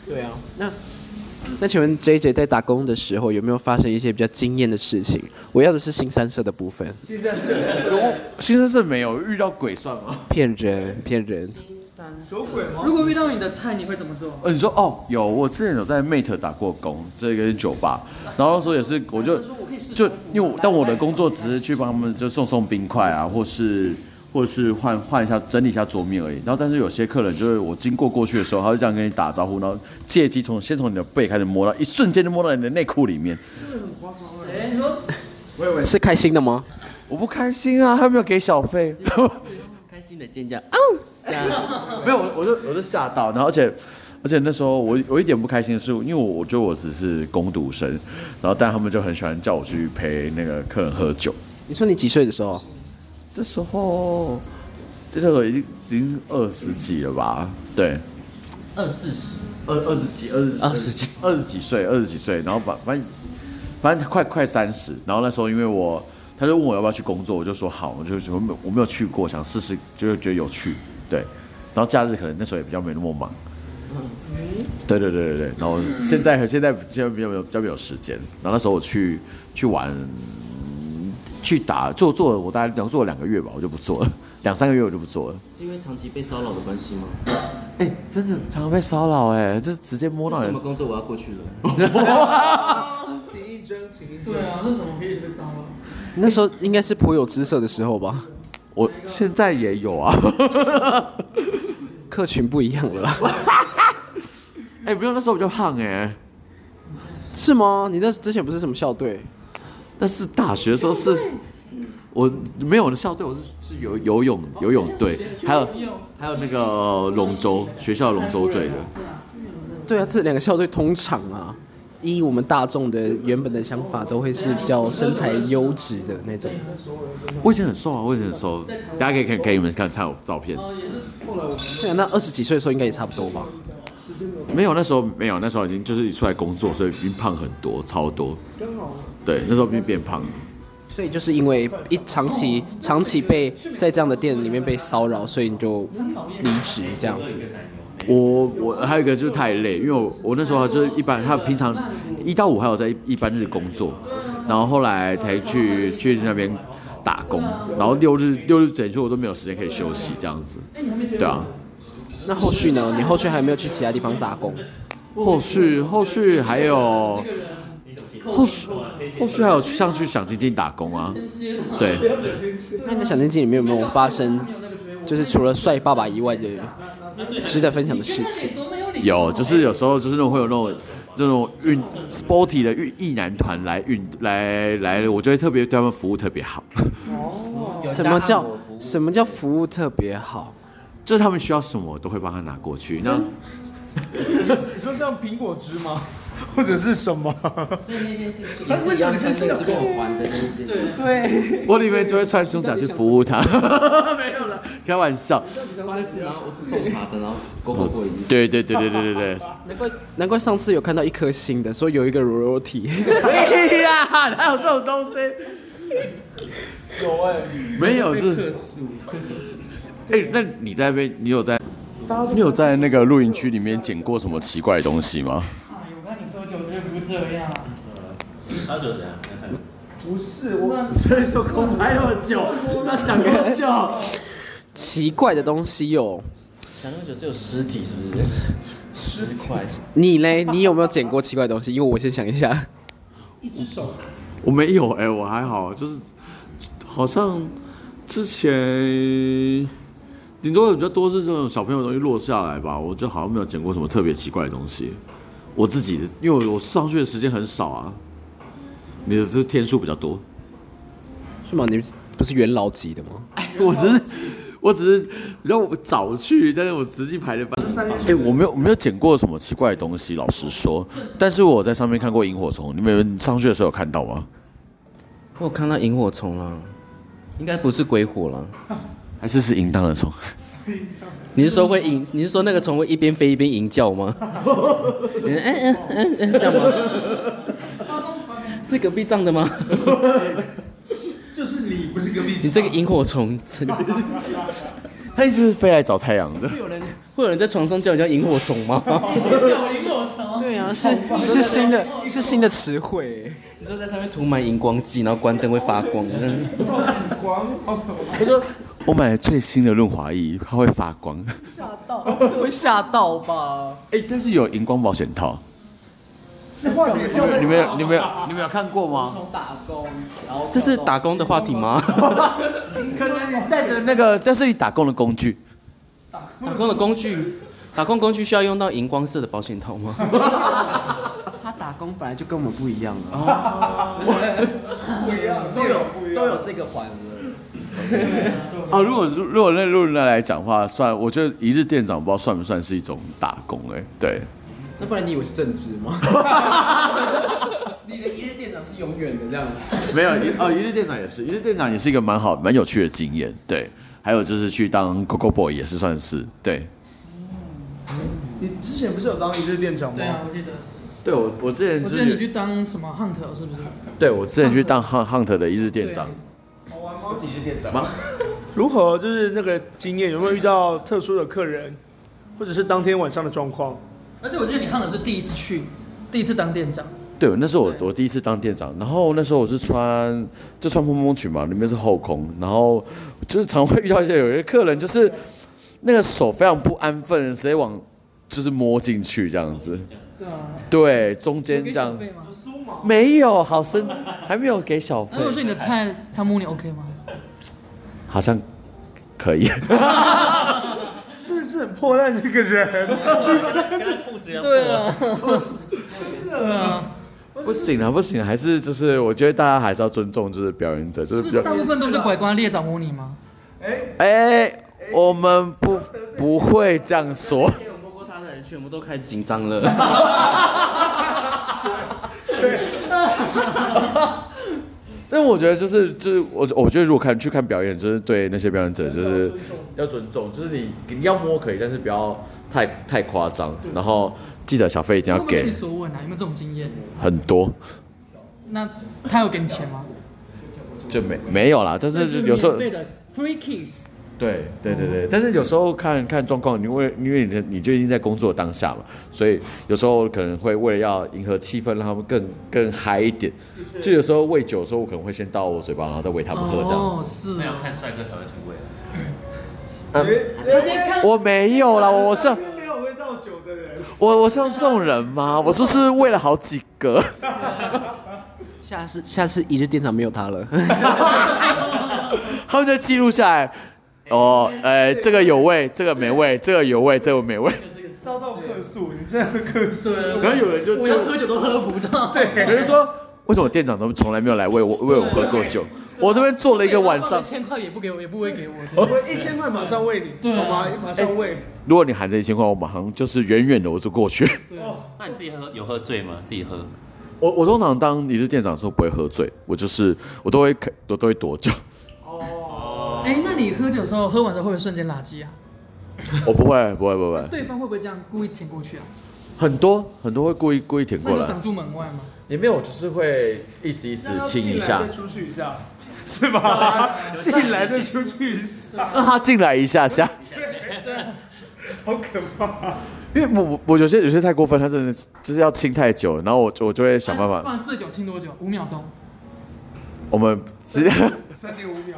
S5: 对啊，那那请问 J J 在打工的时候有没有发生一些比较惊艳的事情？我要的是新三社的部分，
S1: 新生是没有遇到鬼算吗？
S5: 骗人骗人，
S3: 如果遇到你的菜，你会怎么做？
S1: 呃，你说哦，有，我之前有在 Mate 打过工，这个是酒吧，然后那时候也是，我就就因为我但我的工作只是去帮他们就送送冰块啊，或是或是换换一下整理一下桌面而已。然后但是有些客人就是我经过过去的时候，他就这样跟你打招呼，然后借机从先从你的背开始摸到，一瞬间就摸到你的内裤里面，
S3: 哎
S5: 是开心的吗？
S1: 我不开心啊，他没有给小费。
S7: 开心的啊尖叫，
S1: 没有，我我就我就吓到，然后而且而且那时候我我一点不开心的是，因为我我觉得我只是工读生，然后但他们就很喜欢叫我去陪那个客人喝酒。
S5: 你说你几岁的时候？
S1: 这时候，这时候已经已经二十几了吧？对，
S7: 二四十，
S1: 二二十几，二十几，
S7: 二十几，
S1: 二十几岁，二十几岁，然后反反正反正快快三十，然后那时候因为我。他就问我要不要去工作，我就说好，我就我没有我没有去过，想试试，就是觉得有趣，对。然后假日可能那时候也比较没那么忙，对对对对对，然后现在现在现在比较没有比较没有时间，然后那时候我去去玩，去打做做了我大概两做了两个月吧，我就不做了，两三个月我就不做了。
S7: 是因为长期被骚扰的关系吗？
S1: 哎、真的常常被骚扰哎，这直接摸
S7: 是
S1: 到
S7: 什
S1: 人
S7: 么，工作我要过去了？
S4: 请应征，请应征。
S3: 对啊，那什么可以被骚扰？
S5: 那时候应该是颇有姿色的时候吧，
S1: 我现在也有啊。
S5: 客群不一样了啦，
S1: 哎、不用那时候我就胖哎，
S5: 是吗？你那之前不是什么校队？
S1: 但是大学的时候是。我没有我的校队，我是是游游泳游泳队，还有还有那个龙舟学校龙舟队的，
S5: 对啊，这两个校队通常啊，依我们大众的原本的想法，都会是比较身材优质的那种。
S1: 我以前很瘦啊，我以前很瘦，大家可以看给你们看看我照片。
S5: 对啊，那二十几岁的时候应该也差不多吧？
S1: 没有，那时候没有，那时候已经就是出来工作，所以已经胖很多，超多。对，那时候变变胖。
S5: 所以就是因为一长期长期被在这样的店里面被骚扰，所以你就离职这样子。
S1: 我我还有一个就是太累，因为我我那时候就是一般，他平常一到五还有在一一般日工作，然后后来才去去那边打工，然后六日六日整天我都没有时间可以休息这样子。
S3: 哎
S1: 对啊，
S5: 那后续呢？你后续还没有去其他地方打工？
S1: 后续后续还有后续后续还有上去想静静打工啊，对。
S5: 那你在想经济里面有没有
S3: [laughs]
S5: 发生，就是除了帅爸爸以外的值得分享的事情？
S3: 啊
S1: 有，就是有时候就是那种会有那种这种运 sporty 的运意男团来运来来，我觉得特别对他们服务特别好，
S5: 什么叫什么叫服务特别好？
S1: 就是他们需要什么我都会帮他拿过去。那
S4: 你说像苹果汁吗？ [laughs] 或者是什 [laughs] 么？
S7: 也是一样穿这个耳环的那一件。对，
S1: 我里面就会穿胸甲去服务他， [laughs] 没有了，开玩笑。
S7: 不好意思，然后我是送茶的，然后勾勾过瘾。
S1: 对对对对对对对，
S5: 难怪难怪上次有看到一颗星的，说有一个 royalty。
S1: 哎呀，哪有这种东西？
S4: 有哎、
S1: 没有是。哎、那你在被你有在你有在那个露营区里面捡过什么奇怪的东西吗？
S3: 哎，我看你喝酒就不这样。
S2: 他就怎样？
S4: 不是我，所以说空白那么久，那想个笑。
S5: [laughs] 奇怪的东西哟、
S7: 想那么久是有尸体是不是？尸块，
S5: 你嘞？你有没有捡 [laughs] 过奇怪的东西？因为我先想一下，
S1: 我没有哎、我还好，就是好像之前顶多比较多是这种小朋友容易落下来吧，我就好像没有捡过什么特别奇怪的东西。我自己的，因为我我上去的时间很少啊，你的这天数比较多，
S5: 是吗？你不是元老级的吗？
S1: [laughs] 我只是我只是比较早去，但是我实际排的班。哎、我没有我没有捡过什么奇怪的东西，老实说，但是我在上面看过萤火虫，你们上去的时候有看到吗？
S7: 我有看到萤火虫了，应该不是鬼火了。
S1: 还是是淫荡的虫？
S7: 你是说会引？你是说那个宠物一边飞一边吟叫吗？嗯嗯嗯嗯，这样吗？是隔壁葬的吗？
S4: 就是你不是隔壁，
S7: 你这个萤火虫，
S1: [laughs] 它一直飞来找太阳的。
S7: 会有人在床上叫你叫萤火虫吗？
S10: 小萤火虫，
S5: 对啊，是是新的，是新的词汇。
S7: 你说在上面涂满荧光剂，然后关灯会发光，
S4: 照曙光，
S1: 我说我买了最新的润滑液，它会发光。
S5: 吓到，会吓到吧？
S1: 哎、但是有荧光保险套，
S4: 那话题跳
S1: 你们有你们
S4: [laughs]
S1: 有你们有看过吗？
S10: 从打工，然后
S3: [laughs]
S7: 这是打工的话题吗？
S1: 可能你带着那个，但是你打工的工具，
S7: 打工的工具，打工工具需要用到荧光色的保险套吗？
S5: 他打工本来就跟我们不一样啊。
S4: 不一样，
S5: 都有都有这个环了。
S1: 啊，如果如果那路人来讲的话，算我觉得一日店长不知道算不算是一种打工哎、对，
S5: 那不然你以为是政治吗？你的一日店长是永远的这样。
S1: [laughs] 没有一哦，一日店长也是，一日店长也是一个蛮好蛮有趣的经验，对。还有就是去当 Coco Boy 也是算是对，
S4: 你之前不是有当一日店长
S3: 对啊，
S4: 吗？
S3: 我记得是。
S1: 对我我之前
S3: 我记得你去当什么 hunt 是不是？
S1: 对我之前去当 Hunt Hunt 的一日店长，
S4: [laughs] 如何就是那个经验，有没有遇到特殊的客人，或者是当天晚上的状况？
S3: 而且我记得你 hunt 是第一次去，第一次当店长。
S1: 对，那是我我第一次当店长，然后那时候我是穿就穿蓬蓬裙嘛，里面是后空，然后就是常会遇到一些有一些客人就是那个手非常不安分，直接往就是摸进去这样子，
S3: 对啊，
S1: 对，中间
S3: 给
S1: 这
S3: 小
S1: 样
S3: 费吗？嗯
S1: 没有，好生还没有给小费
S3: 那，如果是你的菜，他摸你 OK 吗？
S1: 好像可以，
S4: 真的是很破烂这个 [laughs] 人，
S2: 跟他裤子一样破
S3: 对啊，对啊，
S1: 不行啊不行啊，还是就是我觉得大家还是要尊重就是表演者，就是比较
S3: 大部分都是拐瓜裂枣摸你吗？
S1: 哎、我们不不会这样说。
S7: 有摸过他的人全部都开始紧张了。
S1: 但我觉得就是就是我我觉得如果看去看表演，就是对那些表演者就是要尊重，就是你你要摸可以，但是不要太太夸张。然后记得小费一定
S3: 会
S1: 要
S3: 不会被
S1: 给
S3: 你所问啊？有没有这种经验？
S1: 很多，
S3: 那他有给你钱吗？
S1: 就没没有啦。但是就有时候
S3: 免费的 free kiss，
S1: 对对对
S3: 哦
S1: 对，但是有时候看看状况，因为因为你的你就已经在工作当下嘛，所以有时候可能会为了要迎合气氛，让他们更更嗨一点。就有时候喂酒的时候，我可能会先倒我嘴巴，然后再喂他们喝这样子。
S3: 哦，是
S6: 那要
S3: 哦
S6: 看帅哥才会去喂啊。
S1: 我没有啦，我是
S4: 没有会倒酒的人，
S1: 我我像这种人吗？我是不是为了好几个？
S5: 下次下次一日店长没有他了。
S7: [laughs]
S1: 他们就记录下来。哦，呃，这个有味，这个没味，这个有味，这个没味。
S4: 遭到客诉，你真的客诉。
S3: 对，
S1: 然后有人就就
S3: 我要喝酒都喝不到。
S1: 有人说，为什么店长都从来没有来喂我喂我喝过酒？我这边坐了一个晚上
S3: 一。千块也不给我，也不会给我。
S4: 我一千块马上喂你，
S3: 对
S4: 好
S3: 啊哎
S4: 吗？马上喂。
S1: 如果你喊这一千块，我马上就是远远的我就过去。 [laughs]
S3: 啊
S4: 哦
S6: 那你自己喝有喝醉吗？自己喝？
S1: 我我通常当你是店长的时候不会喝醉，我就是我都会我都会躲酒， [laughs]
S3: 哎，那你喝酒的时候，喝完之后会不会瞬间垃圾啊？
S1: 我不会不会不会，
S3: 对方会不会这样故意舔过去啊？
S1: 很多很多会故意故意舔
S3: 那
S1: 过
S3: 你就
S1: 来
S3: 挡，住门外吗？
S1: 也没有就是会意思意思亲一下
S4: 那要进来，再出去一下，是吧？
S1: [laughs]
S4: 进来再出去一下，
S1: 让他进来一下下，
S3: 对，
S4: 好可怕。
S1: 因为我我我有些有些太过分，他真的就是要亲太久，然后我就我就会想办
S3: 不
S1: 法，
S3: 然醉酒亲多久？五秒钟。
S1: 我们直接
S4: 三点五秒，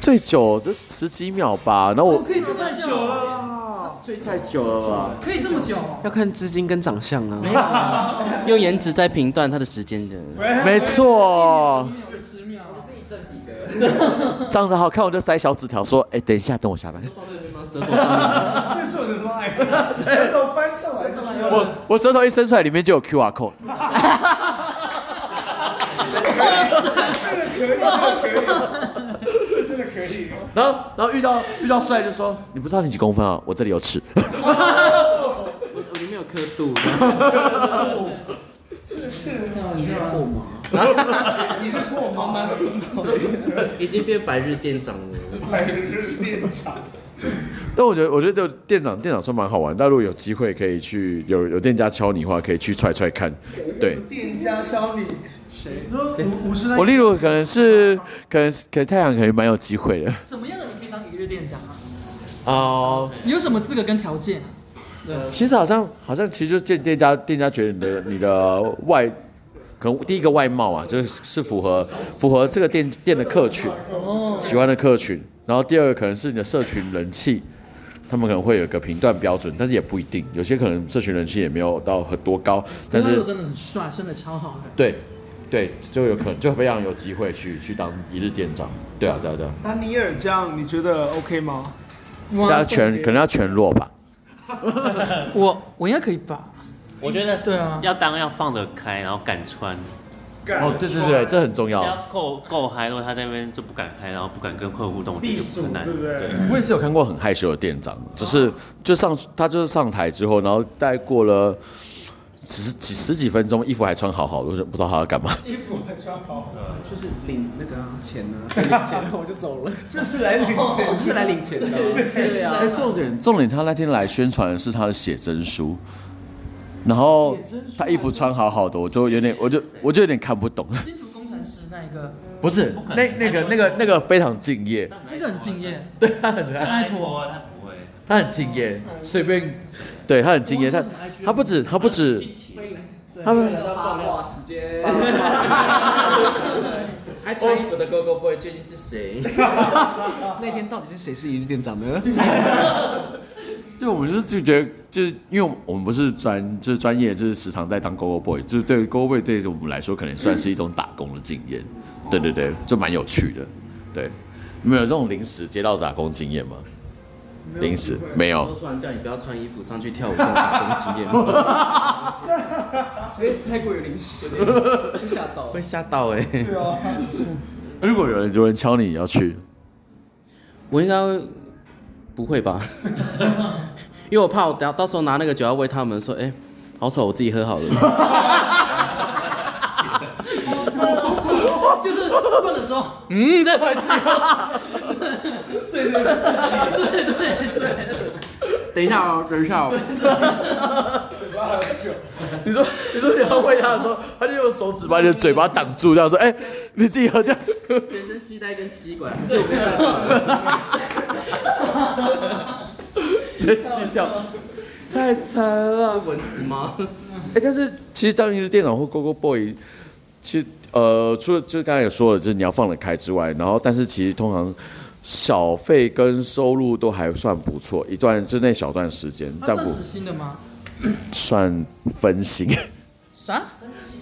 S1: 最久这十几秒吧，然后我
S3: 可以这么久了啦？
S1: 太久了吧，
S3: 可以这么久？
S5: 要看资金跟长相啊。
S7: [laughs] 用颜值在评断他的时间的，
S1: 没错。
S3: 有十秒。
S1: 长得好看，我就塞小纸条说：“哎、等一下，等我下班。
S4: 这是我的 line，舌头翻上来就是
S1: 我”我舌头一伸出来，里面就有 QR code。
S4: 真的可以。
S1: 然后，然后遇到遇到帅就说：“你不知道你几公分啊？我这里有尺。
S7: 我我里面有刻度， [laughs] 已经变白日店长了。
S4: 白日店长，
S1: [laughs] 但我觉得，我觉得就店长店长算蛮好玩，但如果有机会可以去，有有店家敲你的话，可以去踹踹看。对，
S4: 店家教你谁？你说五五十来
S1: 我例如可能是，可能是可能太阳可能蛮有机会的。
S3: 什么样的人可以当一日店长啊？
S1: 哦、
S3: 你有什么资格跟条件啊？
S1: 其实好像好像其实就店店家店家觉得你的你的外，可能第一个外貌啊，就是是符合符合这个店店的客群，喜欢的客群。然后第二个可能是你的社群人气，他们可能会有一个评断标准，但是也不一定，有些可能社群人气也没有到很多高，但
S3: 可他如
S1: 是
S3: 哦果真的很帅，身材超好的，
S1: 对对，就有可能就非常有机会去去当一日店长。对啊对啊对啊，
S4: 丹尼尔这样，你觉得 OK 吗？
S3: 哇
S1: 大家全可能要全弱吧。
S3: 我我应该可以吧？
S2: 我觉得
S3: 对啊
S2: 要当要放得开，然后敢穿，
S1: 哦，对对对，这很重
S2: 只
S1: 要。
S2: 要够够嗨，如果他在那边就不敢嗨，然后不敢跟客户互动，这
S4: 避
S2: 就
S4: 暑
S2: 很难
S4: 对。不对？
S1: 我也是有看过很害羞的店长，只是就上他就是上台之后，然后大概过了十几十几分钟，衣服还穿好好的，我就不知道他要干嘛。
S4: 衣服还穿好，
S5: 就是领那个啊钱呢、啊，领钱 [laughs] 我就走了，
S4: 就是来领钱。
S7: 哦
S5: 我就是来领钱的、
S3: 对啊，
S1: 哎，重点重点，他那天来宣传的是他的写真书，然后他衣服穿好好的，我啊就有点，我就我就有点看不懂。
S3: 新竹工程师那一个，
S1: 不是，那那个那个那个非常敬业，
S3: 那个很敬业，
S1: 对他很
S3: 拜托，
S2: 啊
S6: 他不会，
S1: 他很敬业，随便，对他很敬业，他他不止他不止他们。
S7: 八卦时间，爱穿衣服的 Go Go Boy 究竟是谁？
S5: 那天到底是谁是一日店长呢？
S1: 对，我们就是自己觉得，就是因为我们不是专，就是专业，就是时常在当 Go Go Boy，就是对 Go Go Boy 对于我们来说，可能算是一种打工的经验。对对对，就蛮有趣的。对，你们有这种临时接到打工经验吗？临时没有，
S7: 突然叫你不要穿衣服上去跳舞，这种打工经验吗，
S5: 所以泰国有零食，吓到。
S7: 会吓到哎、
S4: 对啊，
S1: 如果有人有人敲你，你要去，
S7: 我应该会不会吧？因为我怕我到到时候拿那个酒要喂他们，说哎、好丑，我自己喝好了。
S3: [laughs] 就是不能说，嗯，再拍一次，
S7: [laughs]
S3: 对对对对对，
S7: 等一下哦，等一下哦。
S1: 你说你说你要喂他的时候，他就用手指把你的嘴巴挡住，这样说，哎、你自己喝掉。
S7: 全身系带跟吸管，
S1: 睡觉，太惨了。
S7: 蚊子吗？
S1: [laughs] 哎、但是其实当一日店长或 Go Go Boy，其实呃，除了就是刚才也说了，就是你要放得开之外，然后但是其实通常小费跟收入都还算不错，一段之内小段时间，
S3: 他
S1: 但
S3: 算
S1: 不
S3: 实心的吗？
S1: 算分心，
S3: 啥？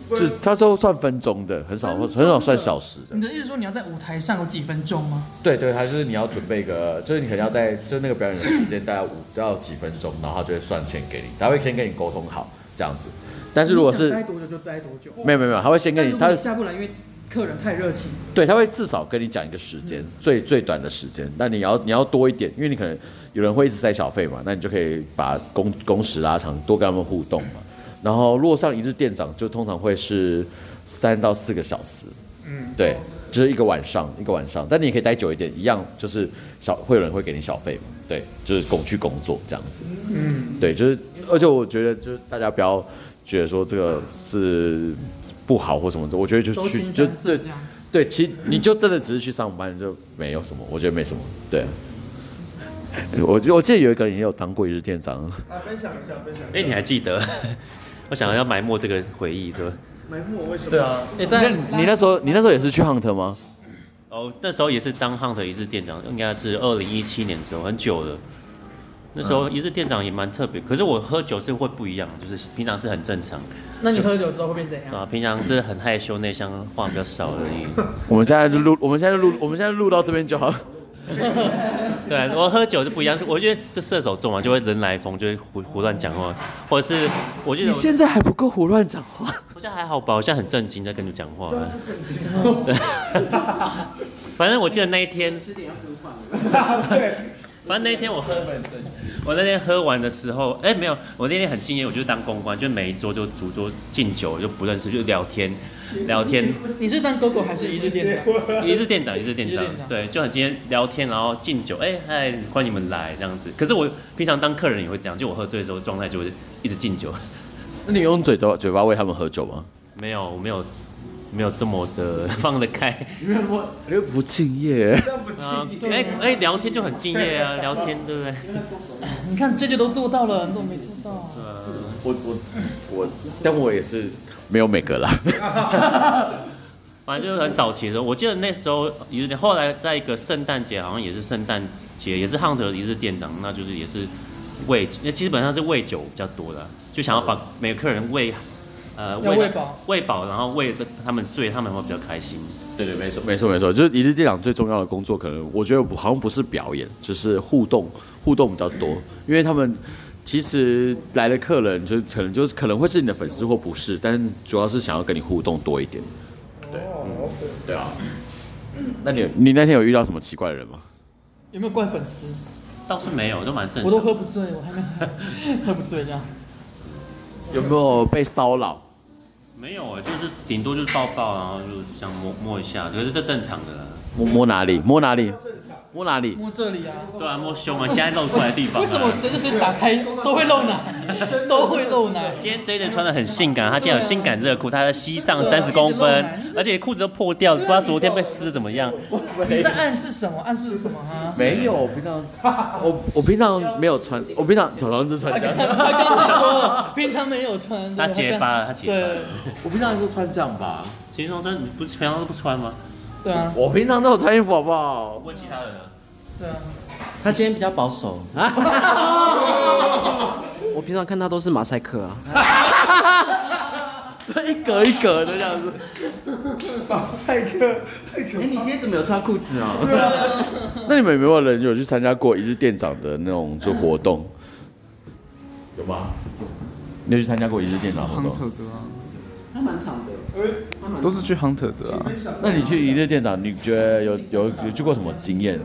S1: 就是他都算分钟的，很少很少算小时的
S3: 你。的意思说你要在舞台上有几分钟吗？
S1: 对对，他就是你要准备一个，就是你可能要在就是那个表演的时间大概五到几分钟，然后他就会算钱给你，他会先跟你沟通好这样子。但是如果
S3: 你想
S1: 是
S3: 待多久就待多久。
S1: 没有没有没有，他会先
S3: 但
S1: 跟
S3: 如
S1: 你，
S3: 果
S1: 他
S3: 你下不来，因为客人太热情，
S1: 对，他会至少跟你讲一个时间，最最短的时间。那你要你要多一点，因为你可能有人会一直塞小费嘛，那你就可以把工工时拉长，多跟他们互动嘛。然后落上一日店长就通常会是三到四个小时，嗯，对，就是一个晚上一个晚上，但你也可以待久一点，一样就是小会有人会给你小费嘛，对，就是工去工作这样子，嗯，对，就是而且我觉得就是大家不要觉得说这个是不好或什么的，我觉得就
S3: 周
S1: 去
S3: 薪
S1: 就
S3: 三
S1: 对
S3: 次这样。
S1: 对，其实你就真的只是去上班，就没有什么，我觉得没什么。对，啊我记我记得有一个人也有当过一日店长，
S4: 来分享一下，分享一下。
S2: 哎，你还记得？ [laughs] 我想要埋没这个回忆，是吧？
S4: 埋没为什么？
S1: 对
S4: [laughs]
S1: 啊，
S3: 也在
S1: 你那时候你那时候也是去 hunt 吗？
S2: 哦，那时候也是当 Hunt 一日店长，应该是二零一七年的时候，很久了。那时候
S4: 嗯
S2: 一日店长也蛮特别，可是我喝酒是会不一样，就是平常是很正常
S3: 那你喝酒之后会变怎样？
S2: 啊，平常是很害羞内向，话比较少而已。 [laughs]
S1: 我们现在就录，我们现在就录，我们现在录到这边就好。
S2: 对，啊我喝酒就不一样，我觉得这射手座嘛，就会人来疯，就会胡胡乱讲话，或者是我觉得
S1: 你
S2: 我
S1: 现在还不够胡乱讲话，
S2: 我现在还好吧，我现在很震惊在跟你讲话。对，反正我记得那一天，反正那一天我喝，我那天喝完的时候，哎、没有，我那天很敬业，我就当公关，就每一桌就逐桌敬酒，就不认识，就聊天。聊天，
S3: 你是当狗狗还是一日店长？
S2: [laughs] 一是店长，一是店长
S3: 一日店，长
S2: 对，就很今天聊天，然后敬酒，哎、嗨，欢迎你们来这样子。可是我平常当客人也会这样，就我喝醉的时候状态就会一直敬酒， [laughs]
S1: 那你用嘴巴嘴巴喂他们喝酒吗？
S2: 没有，我没有，没有这么的放得开。
S1: 因为不敬业，
S2: 啊， [laughs] 哎哎，聊天就很敬业啊，聊天对不对？
S3: 你看这就都做到了，你怎么没做到？啊
S1: 我我我，但我也是没有每个啦。
S2: 反正就是很早期的时候，我记得那时候有点，后来在一个圣诞节，好像也是圣诞节，也是 Hunter 一日店长，那就是也是喂，那基本上是喂酒比较多的，就想要把每个客人喂，呃，
S3: 要喂
S2: 喂
S3: 饱，
S2: 喂饱，然后喂得他们醉，他们会比较开心。
S1: 对对，没错没错没错，就是一日店长最重要的工作，可能我觉得不好像不是表演，就是互动互动比较多，因为他们其实来的客人就是可能就是可能会是你的粉丝或不是，但主要是想要跟你互动多一点。对，嗯，对啊。那你有你那天有遇到什么奇怪的人吗？
S3: 有没有怪粉丝？
S2: 倒是没有，都蛮正
S3: 我都
S2: 常。
S3: 喝不醉，我还没喝不醉这样。
S1: 有没有被骚扰？
S2: 没有啊，就是顶多就是抱抱，然后就想摸摸一下，可是这正常的啦。
S1: 摸摸哪里？摸哪里？摸哪里？
S3: 摸这里啊，
S2: 对啊，摸胸啊，现在露出来的地方啊。
S3: 为什么随着谁打开都会漏奶，都会漏奶？
S2: 今天 J J 穿的很性感，他今天有性感热裤，他在膝上三十公分，而且裤子都破掉，不知道昨天被撕怎么样。
S3: 你在暗示什么？暗示什么啊？
S1: 没有，我平常我我平常没有穿，我平常早上就穿这样，
S3: 他刚才说了，平常没有穿。对
S2: 他结巴了，他结巴
S3: 对
S2: 了。
S1: 我平常就穿这样吧。
S2: 秦松说：“你不是平常都不穿吗
S3: 对啊，
S1: 我平常都有穿衣服，好不好？？”
S2: 问其他人啊。
S3: 对啊。 [laughs]
S11: 他今天比较保守，
S5: [laughs] 我平常看他都是马赛克啊，
S1: 一格一格的这样子。
S4: 马赛克，太可
S7: 哎、你今天怎么有穿裤子哦？
S1: 那你们有没有人有去参加过一日店长的那种就活动？有吗？你有去参加过一日店长活动？
S10: Hunter 的啊，
S5: 他蛮长的。
S11: 哎
S10: 都是去 Hunter 的啊。
S1: 那你去一日店长，你觉得有有有去过什么经验？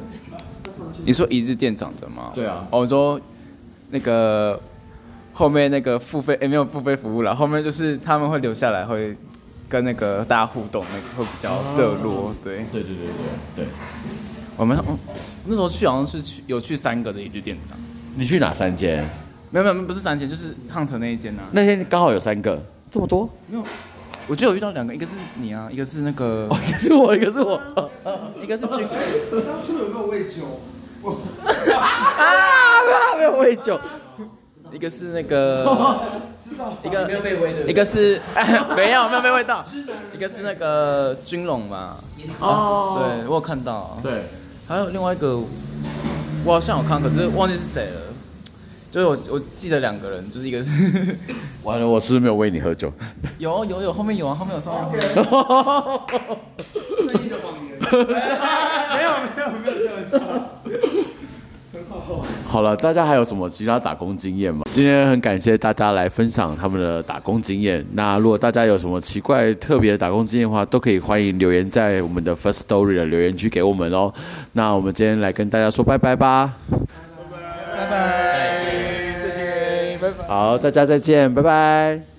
S11: 你说一日店长的吗？
S1: 对啊
S11: 哦，我说那个后面那个付费，哎、没有付费服务了，后面就是他们会留下来，会跟那个大家互动，那个会比较
S5: 哦
S11: 热络。对，
S1: 对对对对对，
S11: 我们我那时候去好像是去有去三个的一日店长，
S1: 你去哪三间？
S11: 没有没有，不是三间，就是 Hunt 那一间啊。
S1: 那天刚好有三个，这么多？
S11: 我就有遇到两个，一个是你啊，一个是那个，
S1: 一个是我，一个是我。
S11: 一个是君，
S4: 当初有没有喂酒？
S11: 没有喂酒，一个是那个，一个没有被喂的，一个是没有没有被喂到，一个是那个军龙嘛，哦，对我有看到，
S1: 对，
S11: 还有另外一个，我好像有看，可是忘记是谁了。就是我我记得两个人，就是一个是
S1: 完了，我是不是没有喂你喝酒？
S11: 有有有后面有啊，后面有上面有。
S4: 没有没有没有没有。
S1: [laughs] 好了，大家还有什么其他打工经验吗？今天很感谢大家来分享他们的打工经验。那如果大家有什么奇怪特别的打工经验的话，都可以欢迎留言在我们的 First Story 的留言区给我们哦。那我们今天来跟大家说拜拜吧。拜拜，再见，拜拜。好，大家再见，拜拜。